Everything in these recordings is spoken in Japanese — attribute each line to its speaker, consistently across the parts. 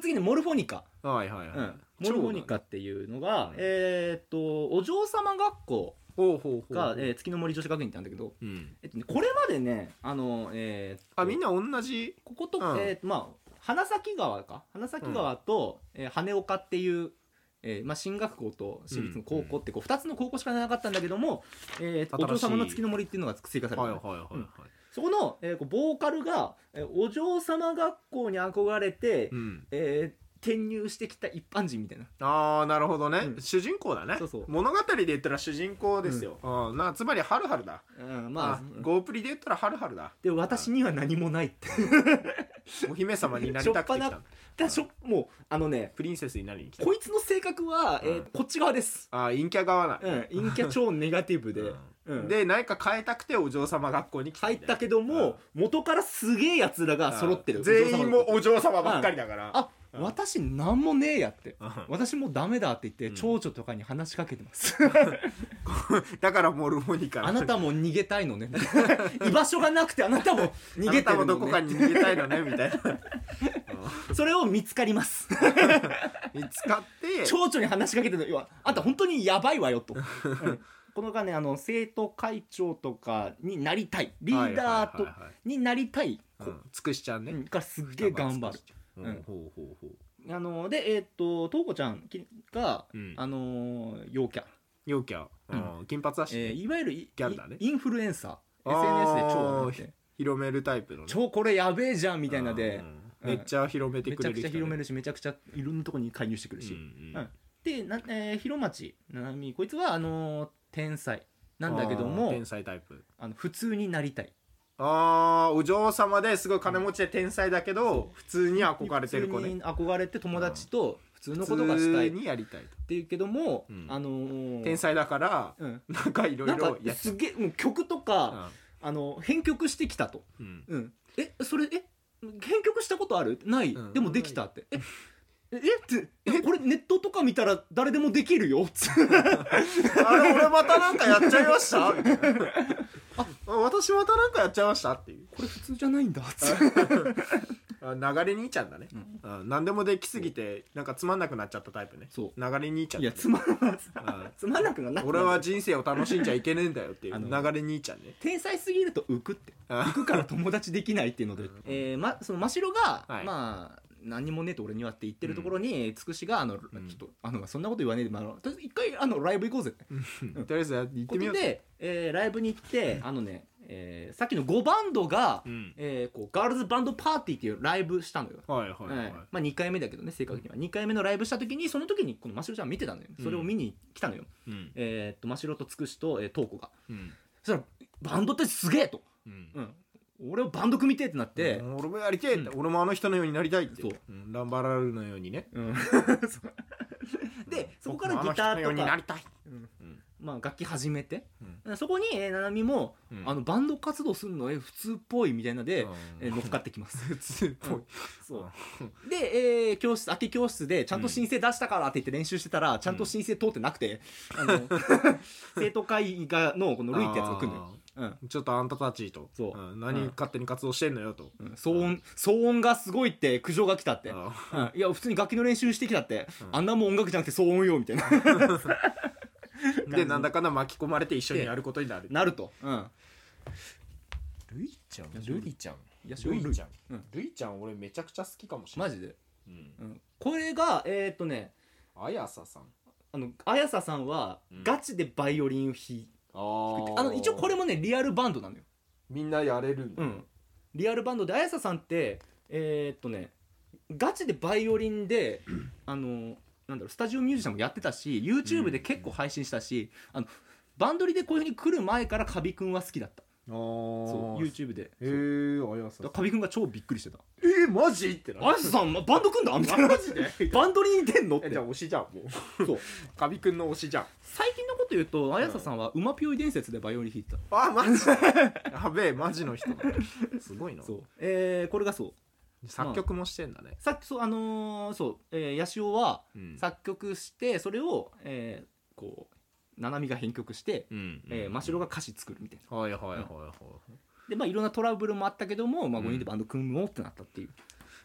Speaker 1: 次にモルフォニカ、
Speaker 2: はいはいはい、
Speaker 1: うん、モルフォニカっていうのが、
Speaker 2: うん
Speaker 1: えーっとお嬢様学校
Speaker 2: ほうほうほう
Speaker 1: が、えー月の森女子学院ってなんだけど、
Speaker 2: うん、
Speaker 1: えっとね、これまでねあの、えーっと
Speaker 2: あみんな同じ
Speaker 1: ここと、
Speaker 2: うん
Speaker 1: えーまあ花咲川か花咲川と、えー羽岡っていう、えーまあ、進学校と私立の高校ってこう2つの高校しかなかったんだけども、えーお嬢様の月の森っていうのが追加された
Speaker 2: はい
Speaker 1: の
Speaker 2: はい
Speaker 1: ね、
Speaker 2: はいはい、
Speaker 1: そこの、えーこうボーカルが、えーお嬢様学校に憧れて、
Speaker 2: うん、
Speaker 1: えー転入してきた一般人みたいな
Speaker 2: ああなるほどね、
Speaker 1: うん
Speaker 2: 主人公だね
Speaker 1: そうそう
Speaker 2: 物語で言ったら主人公ですよ、うんなつまりハルハルだ、
Speaker 1: うん
Speaker 2: まあ
Speaker 1: まあうん
Speaker 2: ゴープリで言ったらハルハ ルだ
Speaker 1: で私には何もないって
Speaker 2: お姫様になりたくて来
Speaker 1: しょ
Speaker 2: た
Speaker 1: だしょもうあのね
Speaker 2: プリンセスになりに来た
Speaker 1: こいつの性格は、えー
Speaker 2: うん
Speaker 1: こっち側です
Speaker 2: ああ陰キャ側な
Speaker 1: うん陰キャ超ネガティブ
Speaker 2: ん
Speaker 1: で、うん
Speaker 2: で何か変えたくてお嬢様学校に来た
Speaker 1: 入
Speaker 2: み
Speaker 1: った
Speaker 2: いな
Speaker 1: たけども、元からすげえやつらが揃って
Speaker 2: う
Speaker 1: る
Speaker 2: ん全員もお嬢様ばっかりだから
Speaker 1: あ、
Speaker 2: うん
Speaker 1: 私なんもねえやって
Speaker 2: うん
Speaker 1: 私もうダメだって言って、
Speaker 2: うん
Speaker 1: 長女とかに話しかけて ます。
Speaker 2: だからモルモニカ
Speaker 1: あなたも逃げたいの ね。みたいな居場所がなくてあなたも逃げて
Speaker 2: あなたも
Speaker 1: る
Speaker 2: どこ
Speaker 1: の
Speaker 2: か
Speaker 1: ね。
Speaker 2: に逃げたいのねみたいな うん
Speaker 1: それを見つかります。
Speaker 2: 見つかって
Speaker 1: 長女に話しかけてるの要は、あんた本当にやばいわよ と。うんこの間ね、あの、生徒会長とかになりたい。リーダーと
Speaker 2: はいはいはいはい
Speaker 1: になりたい。こ
Speaker 2: うんつくしちゃんね
Speaker 1: うんがすっげえ頑張る。
Speaker 2: う
Speaker 1: うん
Speaker 2: んほうほうほう
Speaker 1: あのでえーっととうこちゃんきが、
Speaker 2: うん
Speaker 1: あのー陽キャ、
Speaker 2: 陽キャ
Speaker 1: ん
Speaker 2: うん金髪だし
Speaker 1: えーいわゆるい
Speaker 2: ギャルだね
Speaker 1: インフルエンサー
Speaker 2: あー
Speaker 1: SNS で超流行って
Speaker 2: 広めるタイプのね
Speaker 1: 超これやべえじゃんみたいなで
Speaker 2: うん
Speaker 1: うん
Speaker 2: めっちゃ広めて
Speaker 1: め
Speaker 2: く
Speaker 1: ちゃ
Speaker 2: れ
Speaker 1: く
Speaker 2: る
Speaker 1: ちゃ
Speaker 2: 人
Speaker 1: 広め
Speaker 2: ね
Speaker 1: るしめちゃくちゃいろんなとこに介入してくるし、
Speaker 2: うん
Speaker 1: うんでな、えー、広町ななみこいつはあのー天才なんだけど
Speaker 2: あー
Speaker 1: も
Speaker 2: 天才タイプ
Speaker 1: あの普通になりたい
Speaker 2: あーお嬢様ですごい金持ちで天才だけど普通に憧れてる子
Speaker 1: 普通
Speaker 2: ね
Speaker 1: に憧れて友達と普通の
Speaker 2: 普
Speaker 1: ことがしたいっ
Speaker 2: 通
Speaker 1: て
Speaker 2: にやりたいと
Speaker 1: 言うけども、
Speaker 2: うん
Speaker 1: あのー
Speaker 2: 天、才だから
Speaker 1: うん、
Speaker 2: なんかいろい
Speaker 1: なんか
Speaker 2: ろやっ
Speaker 1: すげえもう曲とか、あの編曲してきたと。
Speaker 2: うん
Speaker 1: うん、えそれえ編曲したことあるない、
Speaker 2: うん
Speaker 1: でもできたって、ええってえこれネットとか見たら誰でもできるよつ
Speaker 2: あれ俺またなんかやっちゃいましたみたいな あ私またなんかやっちゃいましたっていう
Speaker 1: これ普通じゃないんだつ
Speaker 2: あ流れ兄ちゃんだね、うん、何でもできすぎてなんかつまんなくなっちゃったタイプね
Speaker 1: そう
Speaker 2: 流れ兄ちゃん
Speaker 1: い
Speaker 2: だ
Speaker 1: や
Speaker 2: ね、
Speaker 1: つまらな
Speaker 2: うん
Speaker 1: つまらなくはなくなる
Speaker 2: 俺は人生を楽しんじゃいけねえんだよっていう
Speaker 1: あの
Speaker 2: 流れ兄ちゃんね
Speaker 1: 天才すぎると浮くって浮くから友達できないっていうので、えーま、その真城が、
Speaker 2: はい
Speaker 1: まあ何もねえと俺にはって言ってるところに、つくしがあの、
Speaker 2: ん
Speaker 1: ちょっとあのそんなこと言わねえで、まああの、とりあえず一回あのライブ行こうぜって
Speaker 2: うんとりあえずや行って
Speaker 1: こ
Speaker 2: みよ
Speaker 1: と
Speaker 2: うぜ
Speaker 1: で、えーライブに行ってあのね、えーさっきの5バンドが、
Speaker 2: うん
Speaker 1: えーこうガールズバンドパーティーっていうライブしたのよ、
Speaker 2: はいはいはい、
Speaker 1: はいまあ、2回目だけどね正確には2回目のライブした時にその時にこの真城ちゃん見てたのよそれを見に来たのよ、
Speaker 2: うん
Speaker 1: えーっと真城とつくしと、えー、トーコが
Speaker 2: うん
Speaker 1: そしたらバンドってすげえと、
Speaker 2: うん
Speaker 1: うん、俺をバンド組みてえってなって、
Speaker 2: うん俺もやりてえって、俺もあの人のようになりたいって
Speaker 1: そう
Speaker 2: うんランバラルのようにね
Speaker 1: うん そう でそこからギ
Speaker 2: 僕も
Speaker 1: タ
Speaker 2: あの人
Speaker 1: ー
Speaker 2: のよう
Speaker 1: と
Speaker 2: にな
Speaker 1: か、
Speaker 2: りたい
Speaker 1: うん
Speaker 2: うん
Speaker 1: まあ、楽器始めて、
Speaker 2: うん
Speaker 1: そこに、えー、ななみも、
Speaker 2: うん
Speaker 1: あのバンド活動するのえ普通っぽいみたいなので、
Speaker 2: うん
Speaker 1: えー 乗っかってきます
Speaker 2: 普通っぽい
Speaker 1: そう で、えー教室空き教室でちゃんと申請出したからって言って練習してたら、ちゃんと申請通ってなくて、あの 生徒会がのこのルイってやつが来るのよ、うん
Speaker 2: ちょっとあんたたちと
Speaker 1: そうん
Speaker 2: 何勝手に活動してんのよと
Speaker 1: うん騒音騒音がすごいって苦情が来たって、
Speaker 2: あ
Speaker 1: うんいや普通に楽器の練習してきたって、あんなもん音楽じゃなくて騒音よみたいな
Speaker 2: でなんだかんだ巻き込まれて一緒にやることになる
Speaker 1: なると、うん、
Speaker 2: ルイちゃん
Speaker 1: ルイ
Speaker 2: ちゃん
Speaker 1: いやルイ
Speaker 2: ゃん
Speaker 1: うん
Speaker 2: ルイちゃん俺めちゃくちゃ好きかもし
Speaker 1: マジで、
Speaker 2: ないう
Speaker 1: う
Speaker 2: ん
Speaker 1: ん、これがえーっとね
Speaker 2: 綾瀬さん
Speaker 1: あの綾瀬さんは
Speaker 2: うん
Speaker 1: ガチでバイオリンを弾い
Speaker 2: あー
Speaker 1: あの一応これもねリアルバンドなのよ
Speaker 2: みんなやれるんだ
Speaker 1: うん、リアルバンドで綾瀬さんってえーっとねガチでバイオリンであのなんだろうスタジオミュージシャンもやってたし YouTube で結構配信したし、あのバンドリでこういうふうに来る前からカビくんは好きだった
Speaker 2: あ
Speaker 1: そう
Speaker 2: ー
Speaker 1: YouTube で
Speaker 2: へえ綾瀬
Speaker 1: だ
Speaker 2: さん
Speaker 1: カビくんが超びっくりしてた
Speaker 2: えーマジって
Speaker 1: 「綾瀬さんバンド組んだ?」みたいな
Speaker 2: マジで
Speaker 1: バンドリに出んの?」っ
Speaker 2: え
Speaker 1: て
Speaker 2: じゃあ推しじゃんもう
Speaker 1: そう
Speaker 2: カビくんの推しじゃん
Speaker 1: 最近のこと言うと綾瀬さんは「馬ぴょい伝説」でバイオリン弾いてた
Speaker 2: あマジ やべえマジの人だすごいな
Speaker 1: そうえーこれがそう
Speaker 2: 作曲もしてんだね
Speaker 1: さっきそうあのーそう、えー、八潮は
Speaker 2: うん
Speaker 1: 作曲してそれを、えーこう七海が編曲して、
Speaker 2: うん
Speaker 1: えー真城が歌詞作るみたいな
Speaker 2: はいはいはいはい
Speaker 1: でまあいろんなトラブルもあったけども、まあ、
Speaker 2: うん
Speaker 1: 5人でバンド組もうってなったっていう、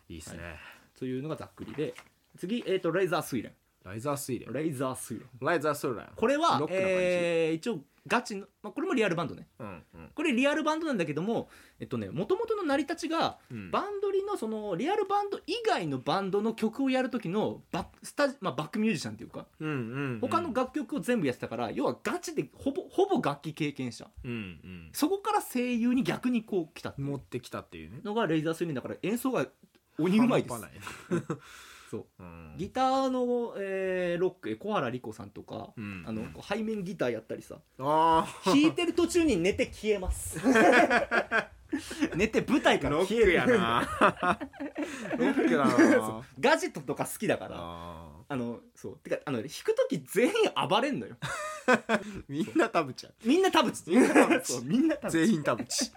Speaker 2: いいですね、
Speaker 1: はというのがざっくりで次、えー、とレイザー睡蓮
Speaker 2: ライザー水蓮
Speaker 1: レイザー睡蓮
Speaker 2: ライザーソーラー
Speaker 1: これは
Speaker 2: ロッ、クな感じ
Speaker 1: えー一応ガチの、まあ、これもリアルバンドね
Speaker 2: うんうん
Speaker 1: これリアルバンドなんだけどもえっとねもともとの成り立ちが
Speaker 2: うん
Speaker 1: バンドリのそのリアルバンド以外のバンドの曲をやる時のバックスタジ、まあ、バックミュージシャンっていうか
Speaker 2: うんうん
Speaker 1: 他の楽曲を全部やってたから要はガチでほぼほぼ楽器経験者
Speaker 2: うん
Speaker 1: そこから声優に逆にこう来た
Speaker 2: うん持ってきたっていうね
Speaker 1: のがレイザースリーだから演奏が鬼うまいです
Speaker 2: 半端ない
Speaker 1: そう
Speaker 2: うん
Speaker 1: ギターの、えーロックえ小原莉子さんとか、
Speaker 2: うん
Speaker 1: あのこう背面ギターやったりさ
Speaker 2: あー
Speaker 1: 弾いてる途中に寝て消えます 寝て舞台から
Speaker 2: ロ
Speaker 1: 消え
Speaker 2: ック
Speaker 1: る
Speaker 2: やな ロックだな
Speaker 1: ガジェットとか好きだから
Speaker 2: あ
Speaker 1: あのそうてかあの弾く時全員暴れんのよ
Speaker 2: ーみんな食べちゃう
Speaker 1: みんな田淵
Speaker 2: みんな田 淵
Speaker 1: そうみんな田淵
Speaker 2: 全員食べち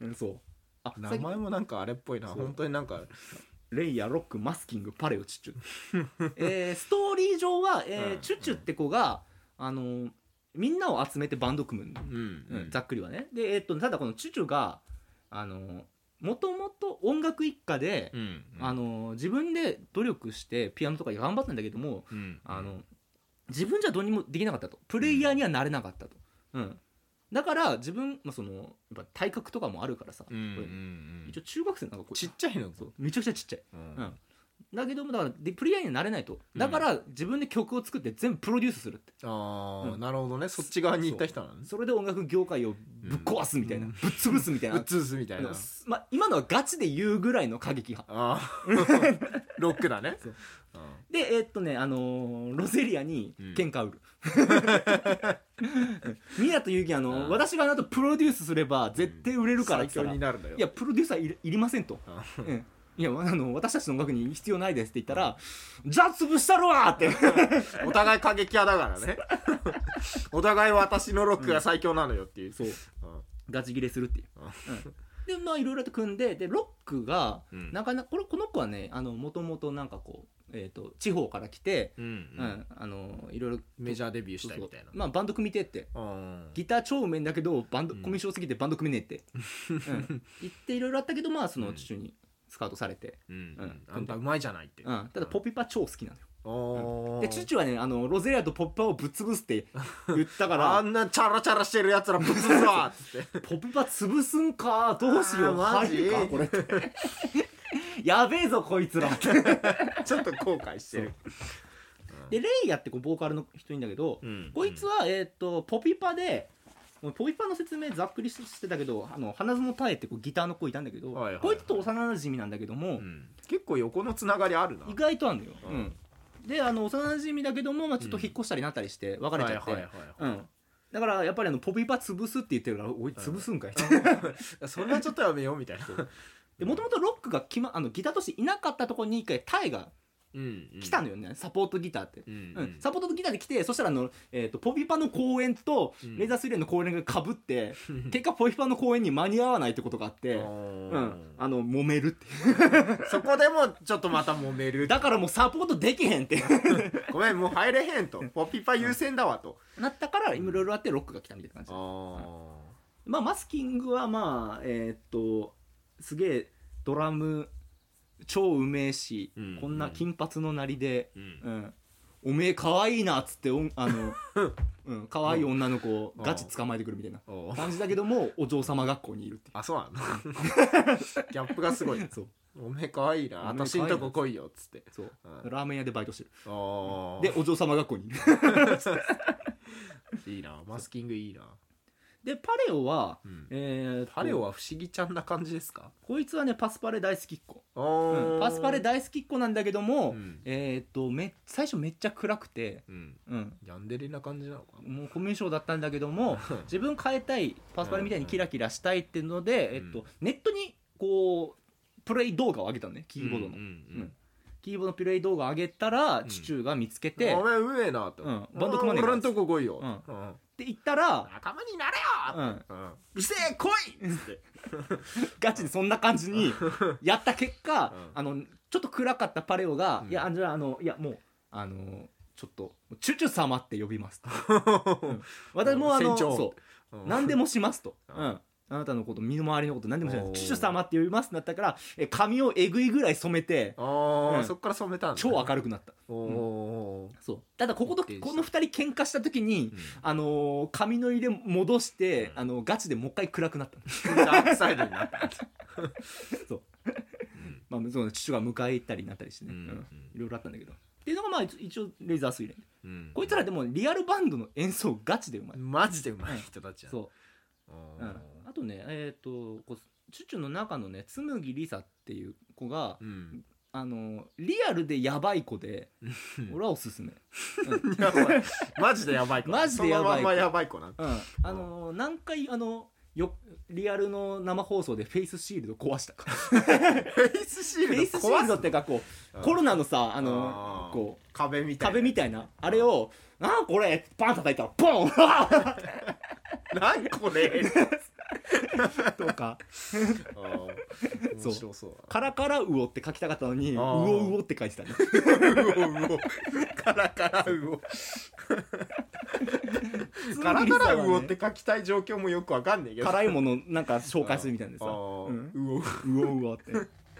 Speaker 1: うん そうあ
Speaker 2: 名前もなんかあれっぽいな
Speaker 1: そう
Speaker 2: 本当になんか
Speaker 1: レイヤーロックマスキングパレオチュチュ、えーストーリー上は、えー
Speaker 2: うん
Speaker 1: チュチュって子が、あのーみんなを集めてバンド組むんだ
Speaker 2: う、ん
Speaker 1: うんざっくりはねで、えーっとただこのチュチュがもともと音楽一家で、
Speaker 2: うん
Speaker 1: あのー自分で努力してピアノとか頑張ったんだけども、
Speaker 2: うん
Speaker 1: あの自分じゃどうにもできなかったとプレイヤーにはなれなかったと、うん、だから自分、まあ、そのやっぱ体格とかもあるからさ、
Speaker 2: うんうん
Speaker 1: こ
Speaker 2: う
Speaker 1: れ
Speaker 2: ん
Speaker 1: 一応中学生なんかこう
Speaker 2: ちっちゃいの
Speaker 1: そうめちゃくちゃちっちゃい
Speaker 2: うん
Speaker 1: だけどもだからでプレイヤーにはなれないとだから自分で曲を作って全部プロデュースするって
Speaker 2: あー
Speaker 1: うん
Speaker 2: なるほどねそっち側に行った人なのね
Speaker 1: それで音楽業界をぶっ壊すみたいな、
Speaker 2: うん
Speaker 1: ぶっ潰すみたいな
Speaker 2: うっつうすみた
Speaker 1: あ
Speaker 2: いな
Speaker 1: のすまあ、今のはガチで言うぐらいの過激派
Speaker 2: あ ーロックだね
Speaker 1: そう
Speaker 2: うん
Speaker 1: でえーっとね、あのーロゼリアに喧嘩売る、 ミナとユキあの
Speaker 2: うん
Speaker 1: 私があなたプロデュースすれば絶対売れるからって
Speaker 2: 最
Speaker 1: 言
Speaker 2: 強
Speaker 1: ったらい
Speaker 2: になるんだよ
Speaker 1: やプロデューサーいりいりませんと、
Speaker 2: あ
Speaker 1: うんいやあの私たちの音楽に必要ないですって言ったら、じゃあ潰したるわって
Speaker 2: お互い過激派だからね お互い私のロックが最強なのよっていう
Speaker 1: そう
Speaker 2: うん
Speaker 1: ガチ切れするっていう、
Speaker 2: あ
Speaker 1: うんでまあいろいろと組んででロックが
Speaker 2: うん
Speaker 1: なかなかこれこの子はねもともとなんかこう、えー、と地方から来て、
Speaker 2: うん
Speaker 1: うんあのいろいろ
Speaker 2: メジャーデビュー
Speaker 1: そ
Speaker 2: し
Speaker 1: う
Speaker 2: たいみたいな
Speaker 1: まあ、バンド組みてえって
Speaker 2: うん
Speaker 1: ギター超うめえんだけどバンド、
Speaker 2: うん
Speaker 1: コミュ障すぎてバンド組めねえっ て、うん、言っていろいろあったけどまあそうの
Speaker 2: ん
Speaker 1: 父にスカウトされて、
Speaker 2: うん
Speaker 1: うん
Speaker 2: あんたうまいじゃないって
Speaker 1: うん、ただポピパ超好きなのよ
Speaker 2: おー
Speaker 1: でチュチュはねあのロゼリアとポピパをぶっ潰すって言ったか
Speaker 2: あ
Speaker 1: ら
Speaker 2: んなチャラチャラしてるやつらぶつぶわっつ って
Speaker 1: ポピパ潰すんかどうしよう
Speaker 2: あーマジ
Speaker 1: 入るかこれって やべえぞこいつらって
Speaker 2: ちょっと後悔してる
Speaker 1: でレイヤってこうボーカルの人いんだけど、
Speaker 2: うん
Speaker 1: こいつは、えー、とポピパでもうポピパの説明ざっくりしてたけどあの花園太ってこうギターの子いたんだけど、
Speaker 2: はいはいはい
Speaker 1: こいつと幼馴染みなんだけども
Speaker 2: う、ん結構横のつながりあるな
Speaker 1: 意外とあるのよ、
Speaker 2: うん
Speaker 1: うんであの幼馴染みだけども、まあ、ちょっと引っ越したりなったりして別れちゃって、
Speaker 2: はいはいは
Speaker 1: うん、だからやっぱりあのポピパ潰すって言ってるからおい潰すん かいって
Speaker 2: いそんなちょっとやめようみた いな
Speaker 1: もともとロックが決、ま、あのギターとしていなかったところに一回タイが
Speaker 2: うん
Speaker 1: 来たのよね、サポートギターって。
Speaker 2: うん
Speaker 1: うんサポートギターで来てそしたらあの、えー、とポピパの公演と
Speaker 2: うん
Speaker 1: レーザースイレンの公演がかぶって、結果ポピパの公演に間に合わないってことがあって、う
Speaker 2: うん
Speaker 1: ん、あの揉めるってい
Speaker 2: そこでもちょっとまた揉め
Speaker 1: う
Speaker 2: る
Speaker 1: だからもうサポートできへんって
Speaker 2: ごめんもう入れへんとポピパ優先だわと
Speaker 1: なったからいろいろあってロックが来たみたいな感じ
Speaker 2: あ
Speaker 1: まあ、マスキングはまあえーっとすげえドラム超うめえし、
Speaker 2: うん
Speaker 1: こんな金髪のなりで、
Speaker 2: うん
Speaker 1: うんおめえかわいいなっつっておんあ の、うん、かわいい女の子をガチ捕まえてくるみたいな
Speaker 2: おー
Speaker 1: 感じだけどもお嬢様学校にいるってい
Speaker 2: あそうなの ギャップがすごいう
Speaker 1: そう
Speaker 2: おめえかわいいな
Speaker 1: おめえ
Speaker 2: 私んとこ来いよっつって
Speaker 1: そう
Speaker 2: うん
Speaker 1: ラーメン屋でバイトしてる
Speaker 2: ああ
Speaker 1: でお嬢様学校にいる
Speaker 2: いいなマスキングいいな
Speaker 1: でパレオは、
Speaker 2: うん
Speaker 1: えーっと
Speaker 2: パレオは不思議ちゃんな感じですか
Speaker 1: こいつはねパスパレ大好きっ子、
Speaker 2: あ
Speaker 1: うん
Speaker 2: ー
Speaker 1: パスパレ大好きっ子なんだけども、
Speaker 2: うん
Speaker 1: えーっとめ最初めっちゃ暗くて、
Speaker 2: うん
Speaker 1: うん、
Speaker 2: ヤンデレな感じなのかな
Speaker 1: もうコミュ障だったんだけども自分変えたいパスパルみたいにキラキラしたいっていうので、え
Speaker 2: うん
Speaker 1: っと、ネットにこうプレイ動画を上げたのねキーボードの、
Speaker 2: うん
Speaker 1: うんキーボードのプレイ動画を上げたら、
Speaker 2: ん
Speaker 1: チュチュが見つけ
Speaker 2: で
Speaker 1: て
Speaker 2: お前うめえなと
Speaker 1: うんバンド組まねえから
Speaker 2: 俺んとこ来いよ
Speaker 1: うん
Speaker 2: うん
Speaker 1: って言ったら、
Speaker 2: 仲間になれ
Speaker 1: う
Speaker 2: よ
Speaker 1: ん、
Speaker 2: うんうるせえ来いっつって
Speaker 1: ガチでそんな感じ にやった結果、
Speaker 2: うん
Speaker 1: あのちょっと暗かったパレオが「
Speaker 2: うん
Speaker 1: いやあじゃああのいやもうあのちょっとチュチュ 様って呼びます」と私もあの
Speaker 2: 船長
Speaker 1: そう
Speaker 2: うん
Speaker 1: 何でもしますと、
Speaker 2: う
Speaker 1: うんんあなたのこと身の回りのこと何でも知らない「
Speaker 2: おー
Speaker 1: チュシュ様」って呼びますってなったからえー髪をえぐいぐらい染めて
Speaker 2: ああ、
Speaker 1: うん
Speaker 2: そっから染めたんだ
Speaker 1: 超明るくなった
Speaker 2: おお
Speaker 1: そうただこことこ
Speaker 2: 一定した
Speaker 1: の二人喧嘩した時に、あのー髪の入れ戻して、
Speaker 2: うん
Speaker 1: あのーガチでもう一回暗くなったの
Speaker 2: ー、ダークサイドになったんだ
Speaker 1: そうまあ、その父が迎え行ったりなったりしてね、
Speaker 2: うん
Speaker 1: うんいろいろあったんだけどっていうのがまあ一一応レイザースイレン
Speaker 2: うん
Speaker 1: こいつらでもリアルバンドの演奏ガチでうまい、
Speaker 2: マジでうまい人たちや
Speaker 1: そう
Speaker 2: う
Speaker 1: うんあとねえっ、とこうチュチュの中のね紬りさっていう子が、
Speaker 2: うん
Speaker 1: あのリアルでやばい子で
Speaker 2: うん
Speaker 1: 俺はおすすめ、
Speaker 2: やばいマジでやばい子
Speaker 1: マジでやばい子
Speaker 2: そのまんまやばい子な
Speaker 1: うん、あの何回あのよリアルの生放送でフェイスシールド壊したか
Speaker 2: フェイスシー
Speaker 1: フェイ
Speaker 2: ル
Speaker 1: ス
Speaker 2: ド
Speaker 1: シールド
Speaker 2: 壊
Speaker 1: っていうかこう
Speaker 2: うん
Speaker 1: コロナのさあ
Speaker 2: あ
Speaker 1: の
Speaker 2: ー
Speaker 1: こう
Speaker 2: す壁みたいな
Speaker 1: 壁みたいなあれを「あーこれ!」パン叩いたらポン と
Speaker 2: 何これ
Speaker 1: かそう
Speaker 2: 面白そう
Speaker 1: 「カラカラウオ」って書きたかったのに「ウ
Speaker 2: あ
Speaker 1: オ
Speaker 2: ー
Speaker 1: ウオ」って書いてたね
Speaker 2: うおうおカラカラウオカラカラウオって書きたい状況もよくわかんねえけど
Speaker 1: 辛いものなんか紹介するみたいでさ「
Speaker 2: あ
Speaker 1: う
Speaker 2: ー
Speaker 1: ん
Speaker 2: うおう
Speaker 1: うおうお」って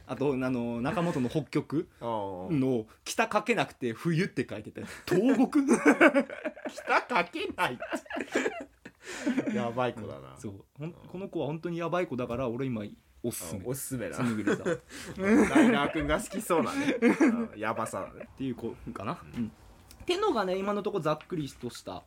Speaker 1: あとあの中本の北極
Speaker 2: あー
Speaker 1: の「北かけなくて冬」って書い てて東国
Speaker 2: 北かけないってやばい子だな
Speaker 1: そうほんこの子は本当にやばい子だから俺今おす
Speaker 2: あ
Speaker 1: すめ
Speaker 2: おすすめだ
Speaker 1: つむぐりさんっ
Speaker 2: ライナー君が好きそうなねうんやばさだね
Speaker 1: ていう子かな、うん、ってのがね今のとこざっくりとした、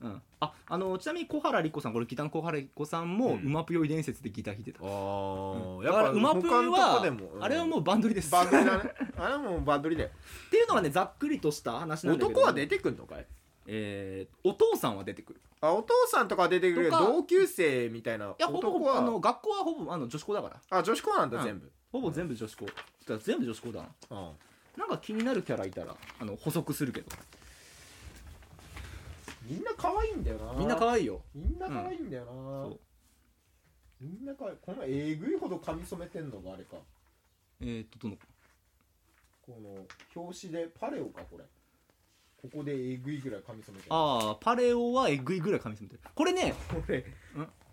Speaker 1: うん、ああのちなみに小原莉子さんこれギターの小原莉子さんも「
Speaker 2: うん
Speaker 1: うまぷよい伝説」でギター弾いてた、
Speaker 2: あー
Speaker 1: だからうまぷよ
Speaker 2: 他のとこで
Speaker 1: は
Speaker 2: も
Speaker 1: あれはもうバンドリです
Speaker 2: バンド
Speaker 1: っ
Speaker 2: リだねあれはもうバンドリだよ
Speaker 1: ていうのがねざっくりとした話なんだけど
Speaker 2: 男は出てくんのかい
Speaker 1: えー、お父さんは出てくる
Speaker 2: あお父さんとかは出てくるけど
Speaker 1: とか
Speaker 2: 同級生みたいない
Speaker 1: やほぼほ
Speaker 2: 男
Speaker 1: ぼあ
Speaker 2: は
Speaker 1: の学校はほぼあの女子校だから
Speaker 2: あ女子校なん
Speaker 1: う
Speaker 2: だ
Speaker 1: ん
Speaker 2: 全部
Speaker 1: ほぼ全部女子校だから全部女子校だな
Speaker 2: あ
Speaker 1: なんか気になるキャラいたらあの補足するけど
Speaker 2: みんな可愛いんだよな
Speaker 1: みんな可愛いよ
Speaker 2: みんな可愛いんだよな、
Speaker 1: そう
Speaker 2: みんな可愛いこのえぐいほど髪染めてんのがあれか
Speaker 1: えー、っとどの
Speaker 2: この表紙でパレオかこれここでえぐいぐらい髪染めてる
Speaker 1: ああパレオはえぐいぐらい髪染めてるこれね
Speaker 2: これ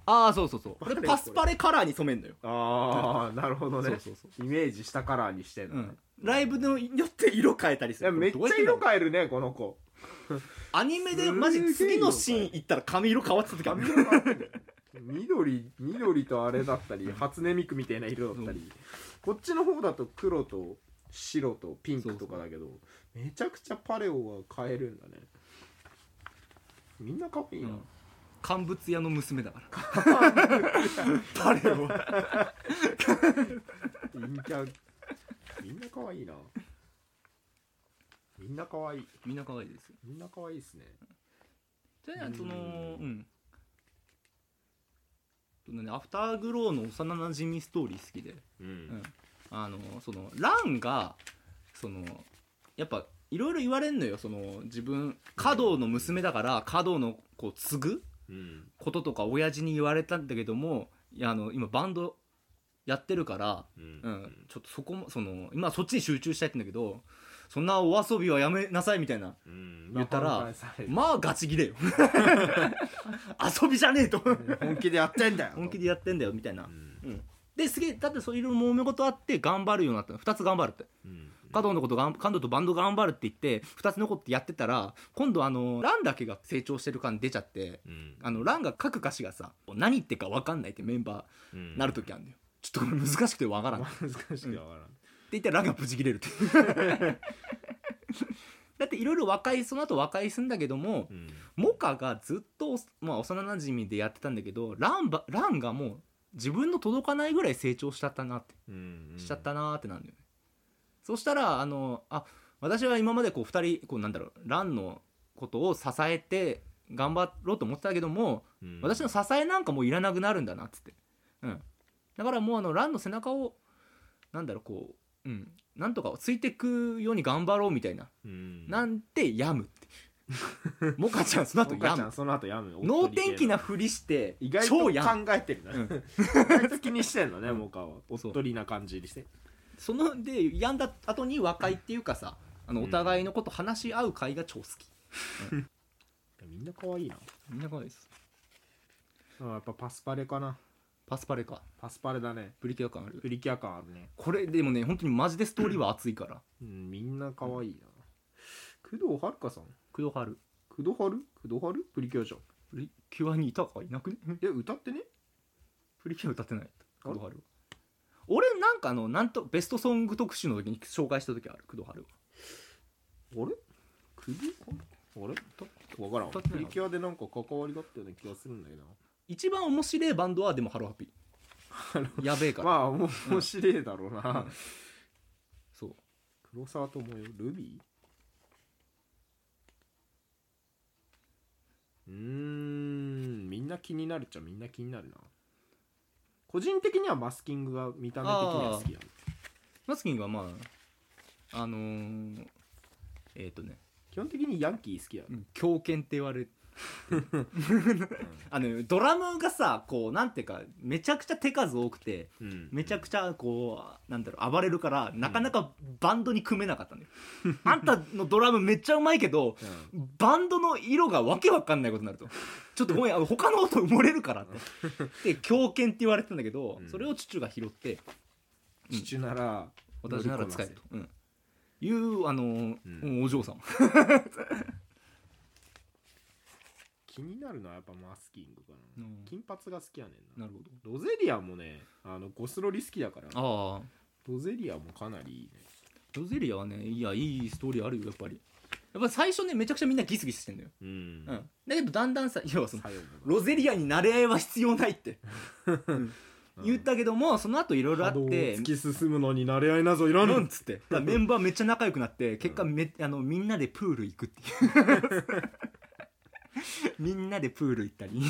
Speaker 1: ああそうそうそうこ
Speaker 2: パレ
Speaker 1: れ
Speaker 2: オ
Speaker 1: パスパレカラーに染めんのよ
Speaker 2: ああなるほど
Speaker 1: そうそうそ
Speaker 2: イメージしたカラーにしてん
Speaker 1: う、う
Speaker 2: のね
Speaker 1: ん、ライブのによって色変えたりす
Speaker 2: いや
Speaker 1: る
Speaker 2: めっち
Speaker 1: これど
Speaker 2: ゃ
Speaker 1: うや
Speaker 2: 色
Speaker 1: ってんだろう
Speaker 2: 変えるねこの子
Speaker 1: アニメでマ
Speaker 2: すげ
Speaker 1: ジ
Speaker 2: え
Speaker 1: 次のシーン行ったら髪色変わってた時ある
Speaker 2: 髪色変わってんだよ緑緑とあれだったり初音ミクみたいな色だったり、
Speaker 1: う
Speaker 2: こっちの方だと黒と白とピンクとかだけどめちゃくちゃパレオは変えるんだねみんな可愛いな、
Speaker 1: うん乾物屋の娘だから パレオは
Speaker 2: 陰キャみんな可愛いなみんな可愛い
Speaker 1: みんな可愛いですよ
Speaker 2: みんな可愛いですね
Speaker 1: じゃあねその
Speaker 2: うん
Speaker 1: うんそのねアフターグローの幼なじみストーリー好きで
Speaker 2: うん、
Speaker 1: うんあのそのランがそのやっぱいろいろ言われんのよその自分華道の娘だから華道のこう継ぐ
Speaker 2: うん
Speaker 1: こととか親父に言われたんだけどもいやあの今バンドやってるから、
Speaker 2: う
Speaker 1: うんん、ちょっとそこもその今はそっちに集中したいって言うんだけどそんなお遊びはやめなさいみたいな
Speaker 2: うん
Speaker 1: 言ったら
Speaker 2: まあ反対される
Speaker 1: まあガチギレよ 遊びじゃねえと
Speaker 2: 本気でやってんだよ
Speaker 1: 本気でやってんだよみたいな
Speaker 2: う、ん
Speaker 1: うん、ですげえだってそういろいろ揉め事あって頑張るようになったの2つ頑張るって
Speaker 2: うん
Speaker 1: 加藤のことがん関東とバンド頑張るって言って2つのことやってたら今度あのランだけが成長してる感出ちゃって
Speaker 2: うん
Speaker 1: あのランが書く歌詞がさ何言ってるか分かんないってメンバーなる時あるんだよ、ちょっとこれ難しくて分からんって
Speaker 2: 難しくてわからん
Speaker 1: 言ったらランがブチ切れるってだっていろいろ和解その後和解するんだけども
Speaker 2: うん
Speaker 1: モカがずっと、まあ、幼なじみでやってたんだけどランばランがもう自分の届かないぐらい成長しちゃったなって
Speaker 2: うん
Speaker 1: しちゃったなーってなるんだよね、そしたらあのあ私は今までこう2人こうなんだろうランのことを支えて頑張ろうと思ってたけども、
Speaker 2: うん
Speaker 1: 私の支えなんかもういらなくなるんだなっつって、うん、だからもうあのランの背中をなんだろうこう、うん、なんとかついてくように頑張ろうみたいな、
Speaker 2: うん
Speaker 1: なんてやむって モカちゃんその後
Speaker 2: お母
Speaker 1: や
Speaker 2: ちゃ
Speaker 1: む
Speaker 2: んその後やむ
Speaker 1: 能天気なふりして
Speaker 2: 意外
Speaker 1: 超やむ
Speaker 2: と考えてるな
Speaker 1: うん
Speaker 2: 意外と気にしてんのねモカはおっ
Speaker 1: そう
Speaker 2: とりな感じにして
Speaker 1: そので病んだ後に和解っていうかさあのお互いのこと話し合う会が超好き、
Speaker 2: みんな可愛いな
Speaker 1: みんな可愛いです
Speaker 2: あやっぱパスパレかな
Speaker 1: パスパレか
Speaker 2: パスパレだね
Speaker 1: ブリキャ感ある
Speaker 2: プリキュア感あるね
Speaker 1: これでもね本当にマジでストーリーは熱いから
Speaker 2: うんみんな可愛いな工藤遥さん
Speaker 1: クヨハル
Speaker 2: 工藤遥工藤遥プリキュアじゃん
Speaker 1: プリキュアにいたかいなくね
Speaker 2: え歌ってね
Speaker 1: プリキュア歌ってないクドハルは俺なんかあのなんとベストソング特集の時に紹介した時あるクドハルは
Speaker 2: あれ工藤遥あれわからん
Speaker 1: 歌ってない
Speaker 2: プリキュアでなんか関わりがあったような気がするんだけど
Speaker 1: 一番面白いバンドはでもハロー ハピ
Speaker 2: ロ
Speaker 1: ーやべえか
Speaker 2: な
Speaker 1: ら、
Speaker 2: まあ面白いだろうな、
Speaker 1: そう
Speaker 2: 黒沢智代ルビーうーんみんな気になるっちゃみんな気になるな個人的にはマスキングが見た目的には好きだね
Speaker 1: マスキングはまああのー、えっ、とね
Speaker 2: 基本的にヤンキー好きだね
Speaker 1: 狂犬って言われて あのドラムがさこうなんていうかめちゃくちゃ手数多くて
Speaker 2: うん
Speaker 1: めちゃくちゃこうなんだろう暴れるからなかなかバンドに組めなかったね、あんたのドラムめっちゃうまいけど
Speaker 2: うん
Speaker 1: バンドの色がわけわかんないことになるとちょっとごめんあの他の音埋もれるからってで狂犬って言われてたんだけど、
Speaker 2: うん
Speaker 1: それをチュチュが拾って
Speaker 2: 父なら
Speaker 1: 私なら使える
Speaker 2: 乗り
Speaker 1: と、うん、いうあのー
Speaker 2: うん
Speaker 1: お嬢さん
Speaker 2: 気になるのはやっぱマスキングかな、
Speaker 1: うん
Speaker 2: 金髪が好きやねんな
Speaker 1: なるほど
Speaker 2: ロゼリアもねあのゴスロリ好きだから
Speaker 1: ああ
Speaker 2: ロゼリアもかなりいいね
Speaker 1: ロゼリアはねいやいいストーリーあるよやっぱりやっぱ最初ねめちゃくちゃみんなギスギスしてんだよ、
Speaker 2: う
Speaker 1: うんんだけどだんだんさ要はそ の
Speaker 2: 作用もな
Speaker 1: ロゼリアに慣れ合いは必要ないって
Speaker 2: うん
Speaker 1: 言ったけども、その後いろいろあっ
Speaker 2: 波動を
Speaker 1: て
Speaker 2: 突き進むのに慣れ合いなぞいら
Speaker 1: なん
Speaker 2: ん
Speaker 1: つってだからメンバーめっちゃ仲良くなって結果めあのみんなでプール行くって いうみんなでプール行ったり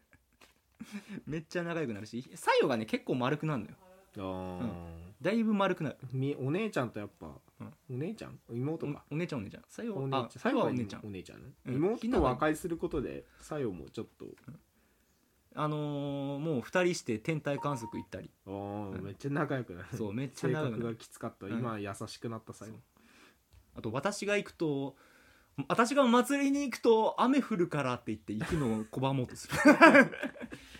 Speaker 1: めっちゃ仲良くなるし作用がね結構丸くなるのよ
Speaker 2: あー
Speaker 1: だいぶ丸くなる
Speaker 2: みお姉ちゃんとやっぱ、
Speaker 1: うん
Speaker 2: お姉ちゃん妹か
Speaker 1: おお姉ちゃんお姉ちゃん作用
Speaker 2: お姉ちゃ
Speaker 1: あ
Speaker 2: ん最後は
Speaker 1: お姉ちゃん
Speaker 2: お姉ちゃんね、
Speaker 1: うん
Speaker 2: 妹と和解することでさよもちょっと、
Speaker 1: あのーもう二人して天体観測行ったり
Speaker 2: あー
Speaker 1: うん
Speaker 2: めっちゃ仲良くなる
Speaker 1: そうめっちゃ
Speaker 2: 性
Speaker 1: 仲良く
Speaker 2: 格
Speaker 1: な
Speaker 2: が
Speaker 1: る
Speaker 2: きつかった、
Speaker 1: うん
Speaker 2: 今優しくなったさよ
Speaker 1: そうあと私が行くと私が祭りに行くと雨降るからって言って行くのを拒もうと する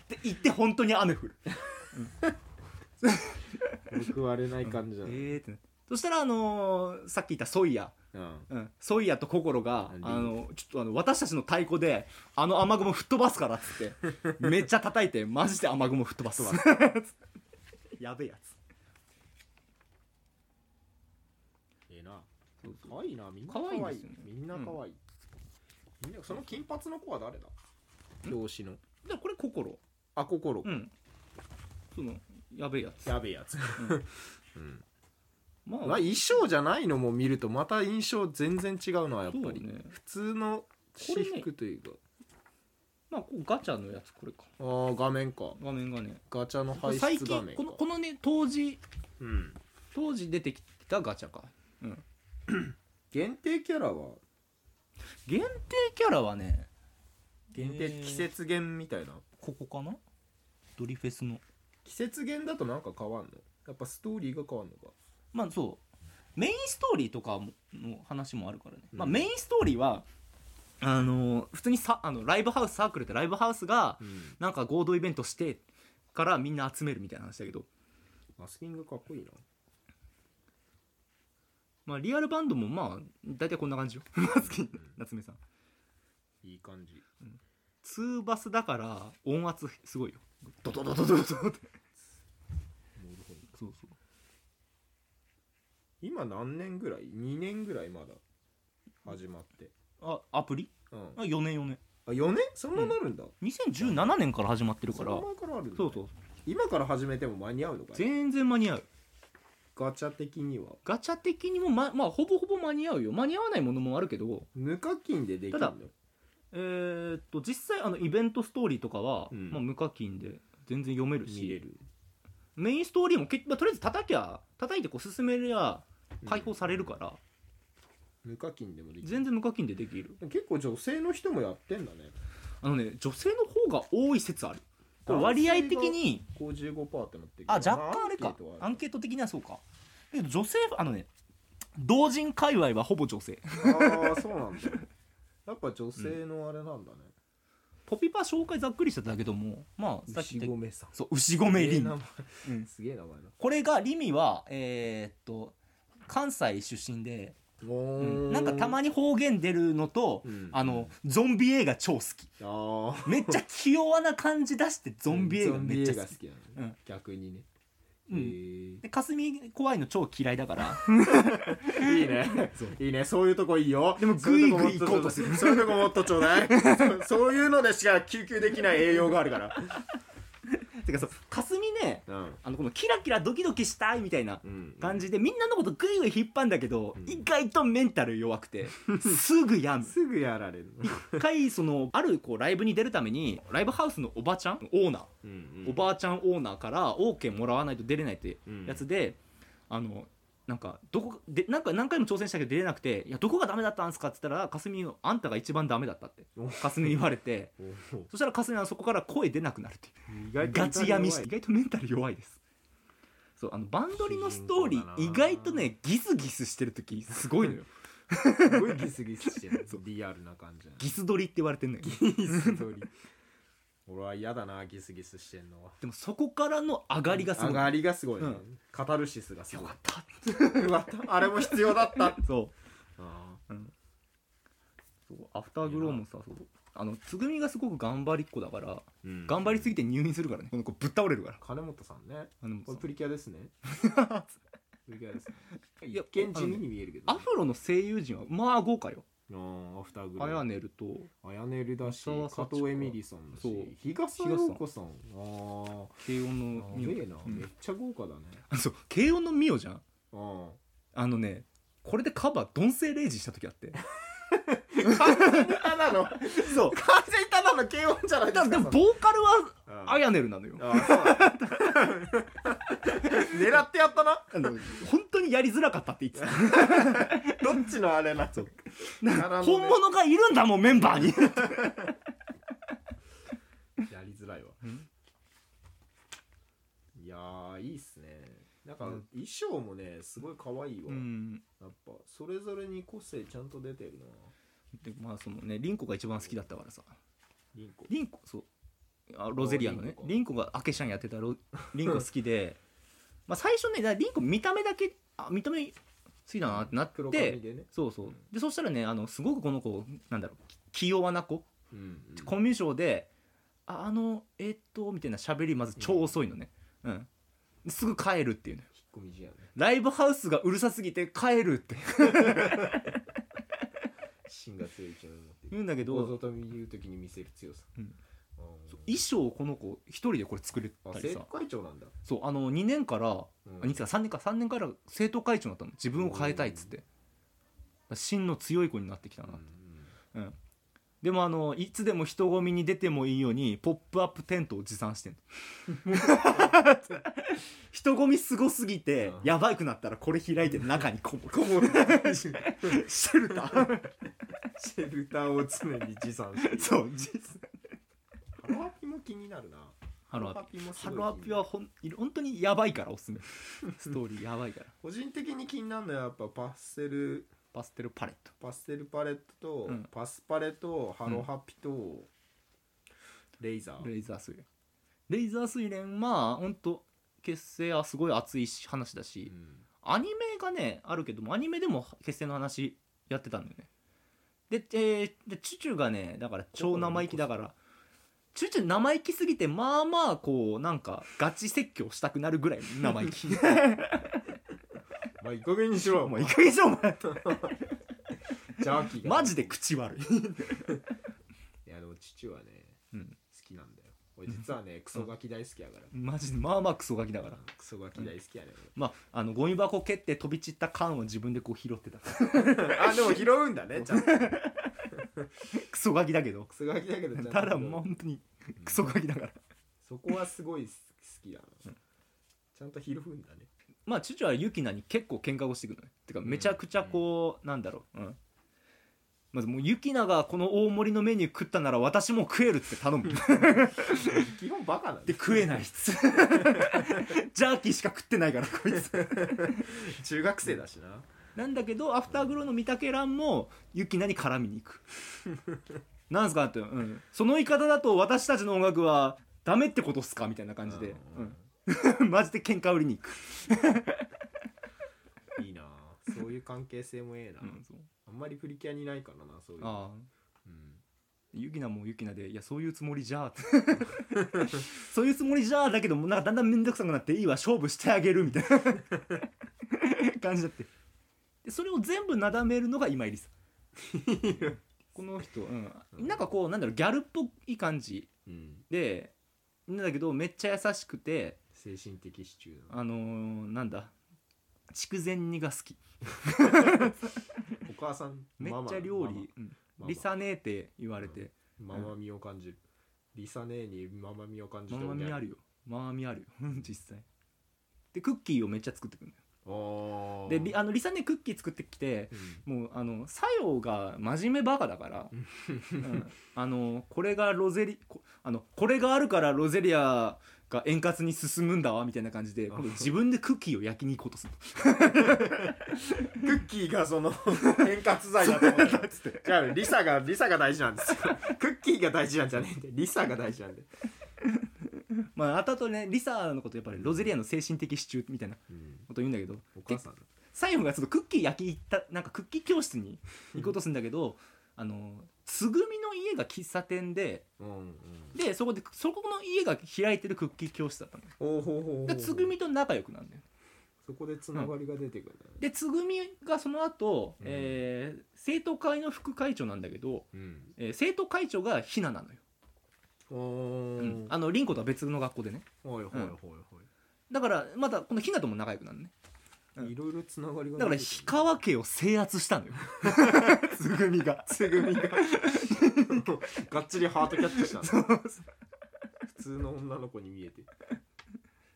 Speaker 1: で行って本当に雨降る
Speaker 2: 報われない感じだ、うん
Speaker 1: えーってなってそしたらあのーさっき言ったソイヤ、うん、ソイヤと心が
Speaker 2: うん
Speaker 1: あのちょっとあの私たちの太鼓であの雨雲吹っ飛ばすからっつ ってめっちゃ叩いてマジで雨雲吹っ飛ばす やべえやつ
Speaker 2: ええな
Speaker 1: そうそう
Speaker 2: 可愛いなみんな可愛い
Speaker 1: 可愛いですよね
Speaker 2: みんな可愛い、みんなその金髪の子は誰だ教師の
Speaker 1: でこれ心
Speaker 2: あ心、
Speaker 1: うんそのやべえやつ
Speaker 2: やべえやつ、
Speaker 1: うん
Speaker 2: うん
Speaker 1: ま
Speaker 2: まあ、衣装じゃないのも見るとまた印象全然違うのはやっぱり、
Speaker 1: そうね
Speaker 2: 普通の私服というか、
Speaker 1: まあこうガチャのやつこれか
Speaker 2: ああ画面か
Speaker 1: 画面がね
Speaker 2: ガチャの排
Speaker 1: 最
Speaker 2: 出画
Speaker 1: 近
Speaker 2: 面
Speaker 1: こ
Speaker 2: か
Speaker 1: のこのね当時
Speaker 2: うん、
Speaker 1: 当時出てきたガチャか
Speaker 2: 限定キャラは
Speaker 1: 限定キャラはね
Speaker 2: 限定季
Speaker 1: えー
Speaker 2: 節限みたいな
Speaker 1: ここかなドリフェスの
Speaker 2: 季節限だとなんか変わんのやっぱストーリーが変わんのか
Speaker 1: まあそうメインストーリーとかもの話もあるからね、
Speaker 2: うん
Speaker 1: まあ、メインストーリーはあのー普通にさあのライブハウスサークルってライブハウスが
Speaker 2: うん
Speaker 1: なんか合同イベントしてからみんな集めるみたいな話だけど、
Speaker 2: マスキングかっこいいな
Speaker 1: まあ、リアルバンドもまあ大体こんな感じよ マスキン夏目さん
Speaker 2: いい感じ
Speaker 1: 2バスだから音圧すごいよドドドドドドドって
Speaker 2: なるほど
Speaker 1: そうそう
Speaker 2: 今何年ぐらい2年ぐらいまだ始まって
Speaker 1: あアプリ
Speaker 2: うん
Speaker 1: あ4年4年
Speaker 2: あ4年そんななるんだ、
Speaker 1: 2017年から始まってる
Speaker 2: そ
Speaker 1: か
Speaker 2: ん
Speaker 1: ら
Speaker 2: な前からあるんだね
Speaker 1: そうそう
Speaker 2: 今から始めても間に合うのかい
Speaker 1: 全然間に合う
Speaker 2: ガチャ的には
Speaker 1: ガチャ的にもままあほぼほぼ間に合うよ間に合わないものもあるけど
Speaker 2: 無課金でできるの
Speaker 1: ただえーっと実際あのイベントストーリーとかは、
Speaker 2: うん
Speaker 1: まあ、無課金で全然読めるし
Speaker 2: 見れる
Speaker 1: メインストーリーも結、まあ、とりあえず叩きゃ叩いてこう進めりゃ解放されるから、
Speaker 2: 無課金でもできる
Speaker 1: 全然無課金でできる
Speaker 2: 結構女性の人もやってんだね
Speaker 1: あのね女性の方が多い説あるこれ割合的に
Speaker 2: 55%ってなってる
Speaker 1: あ若干あれかアンケート的にはそうかだけど女性あのね同人界隈はほぼ女性
Speaker 2: あるあーそうなんだやっぱ女性のあれなんだね、
Speaker 1: ポピパ紹介ざっくりしてたけどもまあさっき
Speaker 2: 牛
Speaker 1: 言った
Speaker 2: 込さん
Speaker 1: そう牛込り
Speaker 2: すげえ
Speaker 1: ん
Speaker 2: 名前
Speaker 1: うん
Speaker 2: すげえ名前だ
Speaker 1: これがリミはえーっと関西出身で、
Speaker 2: お
Speaker 1: う
Speaker 2: ー
Speaker 1: んなんかたまに方言出るのと、
Speaker 2: うん
Speaker 1: あのゾンビ映画超好き
Speaker 2: あー
Speaker 1: めっちゃ器用な感じ出してゾンビ映
Speaker 2: ゾ
Speaker 1: 画
Speaker 2: ンビ
Speaker 1: めっちゃ
Speaker 2: 映画
Speaker 1: 好
Speaker 2: 好
Speaker 1: き
Speaker 2: きな
Speaker 1: う
Speaker 2: の
Speaker 1: ん
Speaker 2: ね逆にね
Speaker 1: うん
Speaker 2: へ
Speaker 1: で霞怖いの超嫌いだから
Speaker 2: えいいねいいねそういうとこいいよでも
Speaker 1: グイグイ行こうとす
Speaker 2: るそういうとこもっとちょうだい そうそういうのでしか救急できない栄養があるから
Speaker 1: てかそう霞ね
Speaker 2: うん
Speaker 1: あのこのキラキラドキドキしたいみたいな
Speaker 2: うん
Speaker 1: 感じでみんなのことグイグイ引っ張んだけど、
Speaker 2: うん
Speaker 1: 意外とメンタル弱く てすぐ病む
Speaker 2: すぐやられる
Speaker 1: 一回そのあるこうライブに出るためにライブハウスのおばちゃんオーナー
Speaker 2: うん
Speaker 1: おばあちゃんオーナーからオーケーもらわないと出れないってやつで、あのなんかどこでなんか何回も挑戦したけど出れなくて「いやどこがダメだったんですか?」って言ったら「かすみあんたが一番ダメだった」って
Speaker 2: お
Speaker 1: かすみ言われて
Speaker 2: おー
Speaker 1: そしたらかすみはそこから声出なくなるっていう
Speaker 2: 意外と
Speaker 1: ガチ闇して
Speaker 2: 意
Speaker 1: 意
Speaker 2: 外
Speaker 1: 外
Speaker 2: と
Speaker 1: とメンタル弱いですそうあのバンドリのストーリ
Speaker 2: 主人公だ
Speaker 1: ー
Speaker 2: な
Speaker 1: 意外とねギスギスしてる時すごいのよ
Speaker 2: すごいギスギスしてるリアルな感じ
Speaker 1: ギス撮りって言われてんのよ
Speaker 2: ギス通り俺は嫌だなギスギスしてんのは
Speaker 1: でもそこからの上がりがすごい
Speaker 2: 上がりがすごいね、
Speaker 1: うん
Speaker 2: カタルシスがす
Speaker 1: よ
Speaker 2: ごい
Speaker 1: かった
Speaker 2: よか ったあ れも必要だった
Speaker 1: そう
Speaker 2: あ
Speaker 1: そうアフターグローもさそうあのつぐみがすごく頑張りっ子だから
Speaker 2: ーうん
Speaker 1: 頑張りすぎて入院するからねこの子ぶっ倒れるから
Speaker 2: 金本さんね
Speaker 1: あの
Speaker 2: これプリキュアです ねプリキュアですね
Speaker 1: いや
Speaker 2: 一見地味に見えるけど
Speaker 1: ア
Speaker 2: ね、
Speaker 1: フロの声優陣はまあ豪華よ
Speaker 2: あーアフターグ
Speaker 1: あ
Speaker 2: ロ
Speaker 1: れは
Speaker 2: ー
Speaker 1: ねると
Speaker 2: あやねるだし
Speaker 1: 浅田
Speaker 2: 加
Speaker 1: 幸子
Speaker 2: 藤エミリさんだ
Speaker 1: そう
Speaker 2: し東陽子さんあ
Speaker 1: 軽音
Speaker 2: あ
Speaker 1: のミ
Speaker 2: やべえな、
Speaker 1: オ
Speaker 2: めっちゃ豪華だね
Speaker 1: あそう軽音のミオじゃん
Speaker 2: ああ
Speaker 1: あのねこれでカバードンセイレイジした時あって
Speaker 2: ただの
Speaker 1: そう
Speaker 2: 完全にただの軽音じゃないで
Speaker 1: だ
Speaker 2: す
Speaker 1: で
Speaker 2: か
Speaker 1: もボーカルは
Speaker 2: うん
Speaker 1: アヤネルなのよ
Speaker 2: あそうなん だ狙ってやったな
Speaker 1: あの本当にやりづらかったって言って
Speaker 2: どっちのあれな
Speaker 1: そう
Speaker 2: 柄
Speaker 1: た
Speaker 2: のね
Speaker 1: 本物がいるんだもんメンバーに
Speaker 2: やりづらいわ
Speaker 1: うん
Speaker 2: いやーいいっすねなんか
Speaker 1: う
Speaker 2: 衣
Speaker 1: ん
Speaker 2: 装もねすごい可愛いわ、
Speaker 1: うん
Speaker 2: やっぱそれぞれに個性ちゃんと出てるな
Speaker 1: でまあそのねリンコが一番好きだったからさ
Speaker 2: リンコ
Speaker 1: リンコそうあロゼリアのね
Speaker 2: あ
Speaker 1: リ
Speaker 2: リ
Speaker 1: ンコがアケシャンやってた ロリンコ好きでまあ最初ねだからリンコ見た目だけあ見た目好きだなってなっ
Speaker 2: 黒
Speaker 1: て
Speaker 2: 髪でね
Speaker 1: そうそうでそしたらねあのすごくこの子なんだろうき器用な子
Speaker 2: うんうん
Speaker 1: コミュ障で「ああのえーっと」みたいな喋りまず超遅いのねうんすぐ帰るっていうね
Speaker 2: 引っ込み思案ね
Speaker 1: ライブハウスがうるさすぎて帰るって
Speaker 2: 芯が強い一面を持っている
Speaker 1: 言うんだけ
Speaker 2: 大
Speaker 1: ど
Speaker 2: 外見言う時に見せる強さ、
Speaker 1: うん
Speaker 2: あー
Speaker 1: 衣装をこの子一人でこれ作れ
Speaker 2: あ
Speaker 1: たり
Speaker 2: 生
Speaker 1: さ
Speaker 2: 徒会長なんだ、
Speaker 1: そうあの2年から
Speaker 2: うん
Speaker 1: あいつか3年か3年から生徒会長になったの自分を変えたいっつって真の強い子になってきたな、
Speaker 2: うん
Speaker 1: うんでもあのいつでも人混みに出てもいいようにポップアップテントを持参してんの 人混みすごすぎて、
Speaker 2: うん
Speaker 1: やばくなったらこれ開いて中にこもる
Speaker 2: こもる シ
Speaker 1: シェルタ ー
Speaker 2: ェルターを常に持参 している
Speaker 1: そう実
Speaker 2: ハロアピも気になるな
Speaker 1: ハロア
Speaker 2: ピもす
Speaker 1: ハ
Speaker 2: ごい
Speaker 1: ロア
Speaker 2: 気
Speaker 1: ピ
Speaker 2: になる
Speaker 1: はほん本当にやばいからおすすめストーリーやばいから
Speaker 2: 個人的に気になるのはやっぱパステル
Speaker 1: パステルパレット
Speaker 2: パステルパレットと、
Speaker 1: うん
Speaker 2: パスパレとハロハピと、レイザー
Speaker 1: レイザー水蓮レイザー水蓮まあ本当結成はすごい熱いし話だし、
Speaker 2: うん
Speaker 1: アニメがねあるけどもアニメでも結成の話やってたんだよねで,、えーでチュチュがねだから超生意気だからチュチュ生意気すぎてまあまあこうなんかガチ説教したくなるぐらい生意 気
Speaker 2: まあいい加減にしろ
Speaker 1: もういいかげしろお前
Speaker 2: ジャーキーが
Speaker 1: マジで口悪い
Speaker 2: いやでも父はね、
Speaker 1: うん
Speaker 2: 好きなんだよ俺実はねクソガキ大好きやから、
Speaker 1: マジでまあまあクソガキだから
Speaker 2: クソガキ大好きやね、
Speaker 1: まああのゴミ箱蹴って飛び散った缶を自分でこう拾ってた
Speaker 2: 俺あでも拾うんだねちゃんとク
Speaker 1: クソガキだけど
Speaker 2: ソガキだけどちゃんと拾う
Speaker 1: ただもう本当にクソガキだから
Speaker 2: そこはすごい好きだな、ちゃんと拾うんだね
Speaker 1: まあチュチュはユキナに結構喧嘩をしてくるねてかめちゃくちゃこう、なんだろう、うん、まずもうユキナがこの大盛りのメニュー食ったなら私も食えるって頼む
Speaker 2: 基本バカなん
Speaker 1: で
Speaker 2: で
Speaker 1: 食えないっつ ジャーキーしか食ってないからこいつ
Speaker 2: 中学生だしな
Speaker 1: なんだけどアフターグローの三宅蘭もユキナに絡みに行くなんすかって、うん、その言い方だと私たちの音楽はダメってことっすかみたいな感じで、うん マジで喧嘩売りに行く、
Speaker 2: いいなそういう関係性もええな、
Speaker 1: うん、そう
Speaker 2: あんまりプリキュアにないからなそういう
Speaker 1: ああ
Speaker 2: うん
Speaker 1: ゆきなもゆきなでいやそういうつもりじゃあって そういうつもりじゃあだけどもうなんかだんだん面倒くさくなっていいわ勝負してあげるみたいな感じだってでそれを全部なだめるのが今入りさこの人、うん、なんかこうなんだろうギャルっぽい感じ
Speaker 2: うん、
Speaker 1: でなんだけどめっちゃ優しくて
Speaker 2: 精神的支柱だな
Speaker 1: あのー、なんだ筑前煮が好き
Speaker 2: お母さん
Speaker 1: めっ
Speaker 2: ママ
Speaker 1: ちゃ料
Speaker 2: ママ
Speaker 1: 理、うん
Speaker 2: ママ
Speaker 1: リサネーって言われて、
Speaker 2: ママみを感じる、リサ姉にママみを感じ
Speaker 1: マ
Speaker 2: て
Speaker 1: マミあるよママミあるよ 実際でクッキーをめっちゃ作ってくる
Speaker 2: お
Speaker 1: でリ
Speaker 2: あ、
Speaker 1: あのリサねクッキー作ってきて
Speaker 2: うん
Speaker 1: もうあの作用が真面目バカだから、うんあのこれがロゼリこあのこれがあるからロゼリアが円滑に進むんだわみたいな感じで今度自分でクッキーを焼きに行こうとする
Speaker 2: クッキーが その円滑剤だと思ったじゃあリサがリサが大事なんですよクッキーが大事なんじゃねえんでリサが大事なんで、
Speaker 1: まあ後々ねリサのことやっぱりロゼリアの精神的支柱みたいなこと言うんだけど
Speaker 2: お母さん
Speaker 1: サイモンがちょっとクッキー焼き行ったなんかクッキー教室に行こうとするんだけどあのつぐみの家が喫茶店で
Speaker 2: うんうん
Speaker 1: でそこでそこの家が開いてるクッキー教室だったのよ
Speaker 2: おおほうほうほう
Speaker 1: でつぐみと仲良くなるんだよ
Speaker 2: そこでつながりが出てくる、ね
Speaker 1: でつぐみがその後、
Speaker 2: うん
Speaker 1: えー生徒会の副会長なんだけど、
Speaker 2: うん
Speaker 1: えー生徒会長がひななのよ、
Speaker 2: おー
Speaker 1: うんあの凛子とは別の学校でね
Speaker 2: はいはいはいは
Speaker 1: だからまたこのひなとも仲良くなるねうん
Speaker 2: いいろいろつながりが
Speaker 1: だから
Speaker 2: 出
Speaker 1: 氷
Speaker 2: てくる
Speaker 1: 川家を制圧したのよ つぐみが
Speaker 2: つぐみが がっちりハートキャッチし たんだ普通の女の子に見えて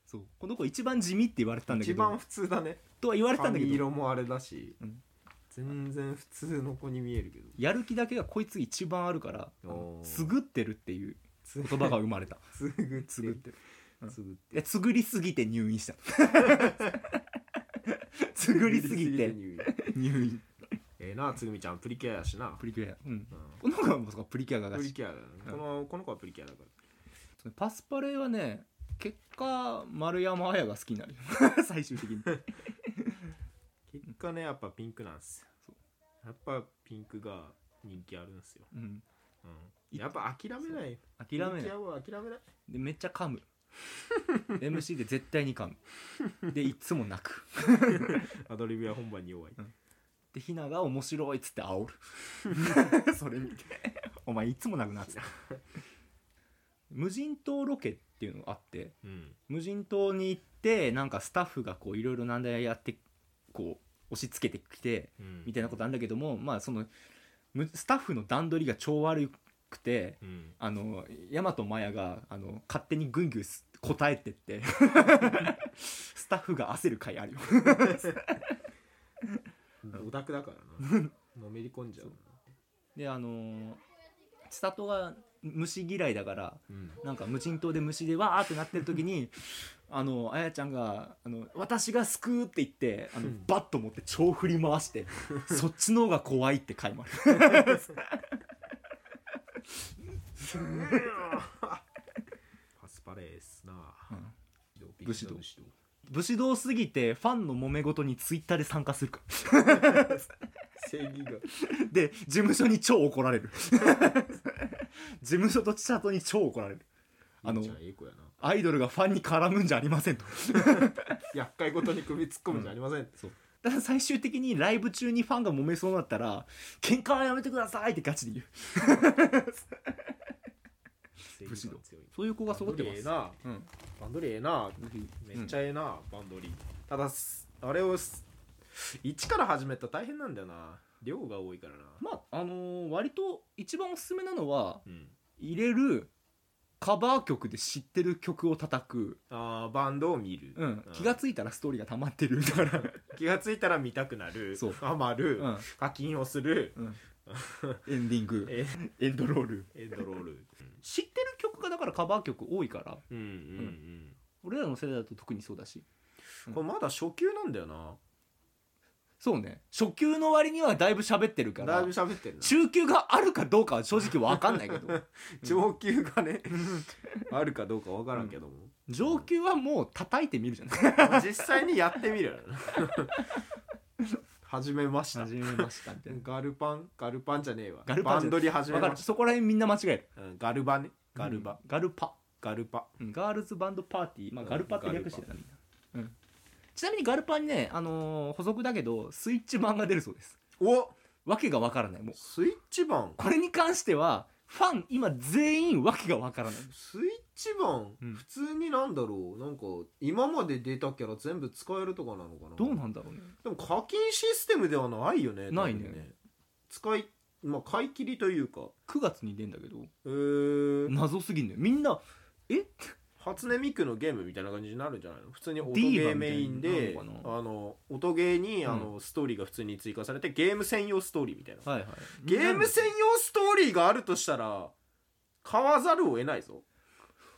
Speaker 1: そうこの子一番地味って言われてたんだけ
Speaker 2: 一
Speaker 1: ど
Speaker 2: 番普通だね
Speaker 1: とは言われてたんだけ
Speaker 2: 髪
Speaker 1: ど
Speaker 2: 色もあれだし、
Speaker 1: うん
Speaker 2: 全然普通の子に見えるけど
Speaker 1: やる気だけがこいつ一番あるからあの
Speaker 2: おー
Speaker 1: つぐってるっていう
Speaker 2: つ
Speaker 1: 言葉が生ま れた
Speaker 2: つぐ
Speaker 1: つぐってるうん
Speaker 2: つぐって
Speaker 1: でつぐりすぎて入院した つぐりすぎて
Speaker 2: 入院
Speaker 1: 入院
Speaker 2: ええなつぐみちゃんプリキュアやしな、
Speaker 1: プリキュアうんこ
Speaker 2: う
Speaker 1: の子はもうそこプリキュアが
Speaker 2: ん、
Speaker 1: が
Speaker 2: プリ
Speaker 1: し
Speaker 2: キュアだね、
Speaker 1: うん
Speaker 2: このこの子はプリキュアだか
Speaker 1: パスパレはね結果丸山綾が好きになるよ 最終的に
Speaker 2: ら結果ねやっぱピンクなんすよ
Speaker 1: そ
Speaker 2: やっぱピンクが人気あるんすよ、
Speaker 1: うん
Speaker 2: うん、やっぱ諦めない
Speaker 1: 諦めな
Speaker 2: ピンキ
Speaker 1: い
Speaker 2: ュアは諦めない
Speaker 1: でめっちゃ 噛む MC で絶対に噛むでいつも泣く
Speaker 2: アドリブや本番に弱い
Speaker 1: でひなが面白いっつって煽る それ見てお前いつもなくなっつって無人島ロケっていうのがあって
Speaker 2: うん
Speaker 1: 無人島に行ってなんかスタッフがこういろいろなんだやってこう押し付けてきて
Speaker 2: うん
Speaker 1: みたいなことあるんだけどもまあそのむスタッフの段取りが超悪くて
Speaker 2: うん
Speaker 1: あの大和マヤがあの勝手にぐんぐんす答えてって スタッフが焦る回あるよ
Speaker 2: オタクだからなのめり込んじゃうな
Speaker 1: であのー千里が虫嫌いだから
Speaker 2: うん
Speaker 1: なんか無人島で虫でわーってなってる時に あのあやちゃんがあの「私が救う」って言ってあの
Speaker 2: うん
Speaker 1: バッと持って超振り回 して「そっちの方が怖い」って回もある
Speaker 2: パスパレースな
Speaker 1: うん
Speaker 2: 武士
Speaker 1: 道
Speaker 2: 道
Speaker 1: 武士道すぎてファンの揉め事にツイッターで参加するか
Speaker 2: 正義
Speaker 1: ら
Speaker 2: が
Speaker 1: で事務所に超怒られる事務所と千里に超怒られるあ
Speaker 2: あ
Speaker 1: の
Speaker 2: のええ子やな
Speaker 1: アイドルがファンに絡むんじゃありませんと
Speaker 2: 厄介ごとに首突っ込むんじゃありません、そう
Speaker 1: ただ 最終的にライブ中にファンが揉めそうになったら「喧嘩はやめてください」ってガチで言う
Speaker 2: 正義が強い
Speaker 1: そういう子が揃ってます
Speaker 2: バンドリーえ
Speaker 1: うん
Speaker 2: えなバンドリーええなめっちゃええな、バンドリーただすあれをす一から始めたら大変なんだよな量が多いからな
Speaker 1: まああのー割と一番おすすめなのは
Speaker 2: うん
Speaker 1: 入れるカバー曲で知ってる曲を叩く、
Speaker 2: あーバンドを見る、
Speaker 1: うん、気がついたらストーリーが溜まってるだから、
Speaker 2: 気がついたら見たくなる
Speaker 1: そう
Speaker 2: ハマる、
Speaker 1: うん
Speaker 2: 課金をする、
Speaker 1: うん、エンディング
Speaker 2: え
Speaker 1: エンドロール
Speaker 2: エンドロール
Speaker 1: 知ってる曲がだからカバー曲多いから
Speaker 2: うんうんうん、
Speaker 1: 俺らの世代だと特にそうだし
Speaker 2: これまだ初級なんだよな
Speaker 1: そうね初級の割にはだいぶ喋ってるか
Speaker 2: だい
Speaker 1: ら
Speaker 2: ぶ喋ってるな
Speaker 1: 中級があるかどうかは正直分かんないけ ど
Speaker 2: 上級がね あるかどうかわからんけども、
Speaker 1: 上級はもう叩いてみるじゃない
Speaker 2: 実際にやってみる 始めました
Speaker 1: 始めましたみたいな
Speaker 2: ガルパンガルパンじゃねえわ
Speaker 1: ガルパン
Speaker 2: バ
Speaker 1: じゃ
Speaker 2: ンドリ始め
Speaker 1: 分か
Speaker 2: ま
Speaker 1: る
Speaker 2: し
Speaker 1: そこら辺みんな間違える
Speaker 2: た、うんガルバねガルバ、
Speaker 1: うんガルパ
Speaker 2: ガルパ
Speaker 1: うんガールズバンドパーティー、まあ、
Speaker 2: うん
Speaker 1: ガルパって略してたみんな、うん、ちなみにガルパにね、あのー補足だけどスイッチ版が出るそうです
Speaker 2: お
Speaker 1: わけがわからないもう
Speaker 2: スイッチ版
Speaker 1: これに関してはファン今全員わけがわからない
Speaker 2: スイッチ版、
Speaker 1: うん
Speaker 2: 普通になんだろうなんか今まで出たキャラ全部使えるとかなのかな
Speaker 1: どうなんだろうね
Speaker 2: でも課金システムではないよね
Speaker 1: ないね
Speaker 2: 多分使いまあ買い切りというか
Speaker 1: 9月に出んだけど
Speaker 2: えー、
Speaker 1: 謎すぎんのよみんなえ
Speaker 2: 初音ミクのゲームみたいな感じになるんじゃないの普通に音ゲ
Speaker 1: ディーバ
Speaker 2: ー
Speaker 1: みたい
Speaker 2: メ
Speaker 1: に
Speaker 2: インで
Speaker 1: なるのか
Speaker 2: あの音ゲーに
Speaker 1: うん
Speaker 2: あのストーリーが普通に追加されてゲーム専用ストーリーみたいな
Speaker 1: はいはい
Speaker 2: ゲーム専用ストーリーがあるとしたら買わざるを得ないぞ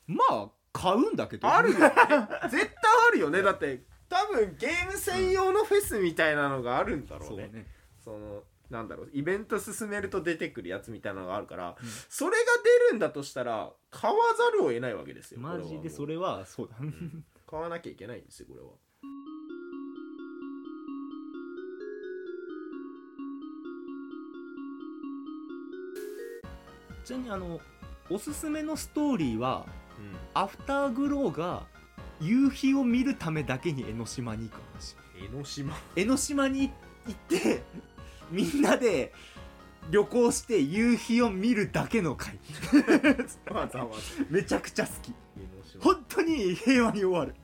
Speaker 1: まあ買うんだけど
Speaker 2: あるよね絶対あるよねだって多分ゲーム専用のフェスみたいなのがあるんだろ
Speaker 1: そうう
Speaker 2: ね,、
Speaker 1: ね
Speaker 2: そのなんだろうイベント進めると出てくるやつみたいなのがあるから、
Speaker 1: うん
Speaker 2: それが出るんだとしたら買わざるを得ないわけですよ
Speaker 1: マジでそ
Speaker 2: れはも
Speaker 1: れはそうだね
Speaker 2: う買わなきゃいけないんですよこれは
Speaker 1: ちなみにあのおすすめのストーリーはアフターグローが夕日を見るためだけに江ノ島に行く話
Speaker 2: 江 ノ島
Speaker 1: 江ノ島に行ってみんなで旅行して夕日を見るだけの回
Speaker 2: わざわざ
Speaker 1: めちゃくちゃ好き
Speaker 2: 江ノ島
Speaker 1: 本当に平和に終わる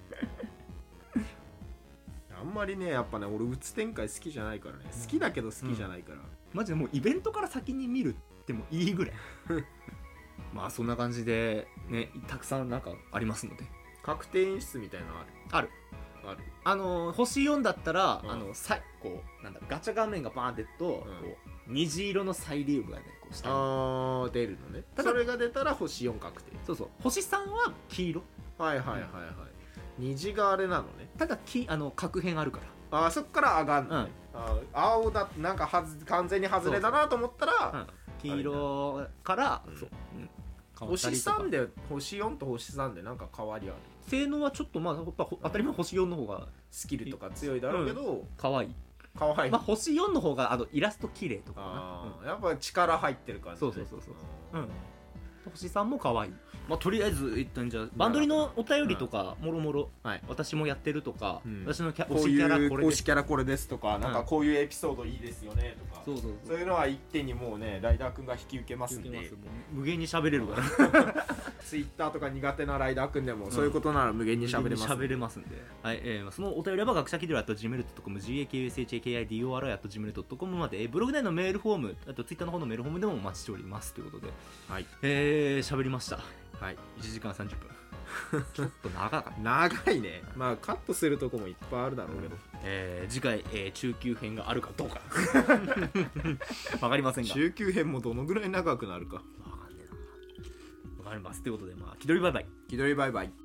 Speaker 2: あんまりねやっぱね俺うつ展開好きじゃないからね好きだけど好きじゃないから、
Speaker 1: マジでもうイベントから先に見るってもいいぐらい まあそんな感じでねたくさんなんかありますので
Speaker 2: 確定演出みたいなのある
Speaker 1: ある
Speaker 2: ある
Speaker 1: あの星4だったら、
Speaker 2: うん
Speaker 1: あのさこうなんだガチャ画面がバーンってと、
Speaker 2: うん
Speaker 1: こう虹色のサイリウムがねこう下に
Speaker 2: あー出るのね
Speaker 1: ただ
Speaker 2: それが出たら星4確定
Speaker 1: そうそう星3は黄色
Speaker 2: はいはいはいはい、虹があれなのね
Speaker 1: ただきあの角変あるか
Speaker 2: あーそっから上がんの、
Speaker 1: ら、うん
Speaker 2: あー青だなんかはず完全に外れだなと思った
Speaker 1: う
Speaker 2: ら
Speaker 1: ん、黄色から、
Speaker 2: うん
Speaker 1: そう、うん、変わった
Speaker 2: 星
Speaker 1: りとか
Speaker 2: 3で星4と星3でなんか変わりある
Speaker 1: 性能はちょっとまあやっぱほ当たり前星4の方が
Speaker 2: スキルとか強いだろうけど、
Speaker 1: 可愛い、
Speaker 2: かわいい、
Speaker 1: まあ星4の方があのイラスト綺麗とかな
Speaker 2: あーやっぱ力入ってる感じ、ね、
Speaker 1: そうそうそうそう
Speaker 2: あー
Speaker 1: うん星3も可愛いまあとりあえず一旦じゃあバンドリのお便りとかもろもろ
Speaker 2: はい
Speaker 1: 私もやってるとか、
Speaker 2: うん
Speaker 1: 私のキャ推
Speaker 2: こう
Speaker 1: し
Speaker 2: い
Speaker 1: キ
Speaker 2: う
Speaker 1: ャラこれ
Speaker 2: 推
Speaker 1: で
Speaker 2: しキャラこれですとか、なんかこういうエピソードいいですよねとか、
Speaker 1: そうそう
Speaker 2: そういうのは一手にもうねライダーくんが引き受けますんで
Speaker 1: 無限に喋れるから
Speaker 2: ツイッターとか苦手なライダーくんでも、そういうことなら無限に喋れます、
Speaker 1: 喋れますんで、はいえーそのお便りは学者気取り at gmail.com gakushakidori at gmail.com まで、えーブログ内のメールフォームあとツイッターの方のメールフォームでもお待ちしておりますということで
Speaker 2: はい
Speaker 1: えー、喋りました
Speaker 2: はい
Speaker 1: 1時間30分 ちょっと長かった
Speaker 2: 長いねまあカットするとこもいっぱいあるだろうけど、
Speaker 1: えー次回、えー中級編があるか どうかわかりませんが
Speaker 2: 中級編もどのぐらい長くなるか
Speaker 1: わかんねえなわかりますということでまあ気取りバイバイ
Speaker 2: 気取りバイバイ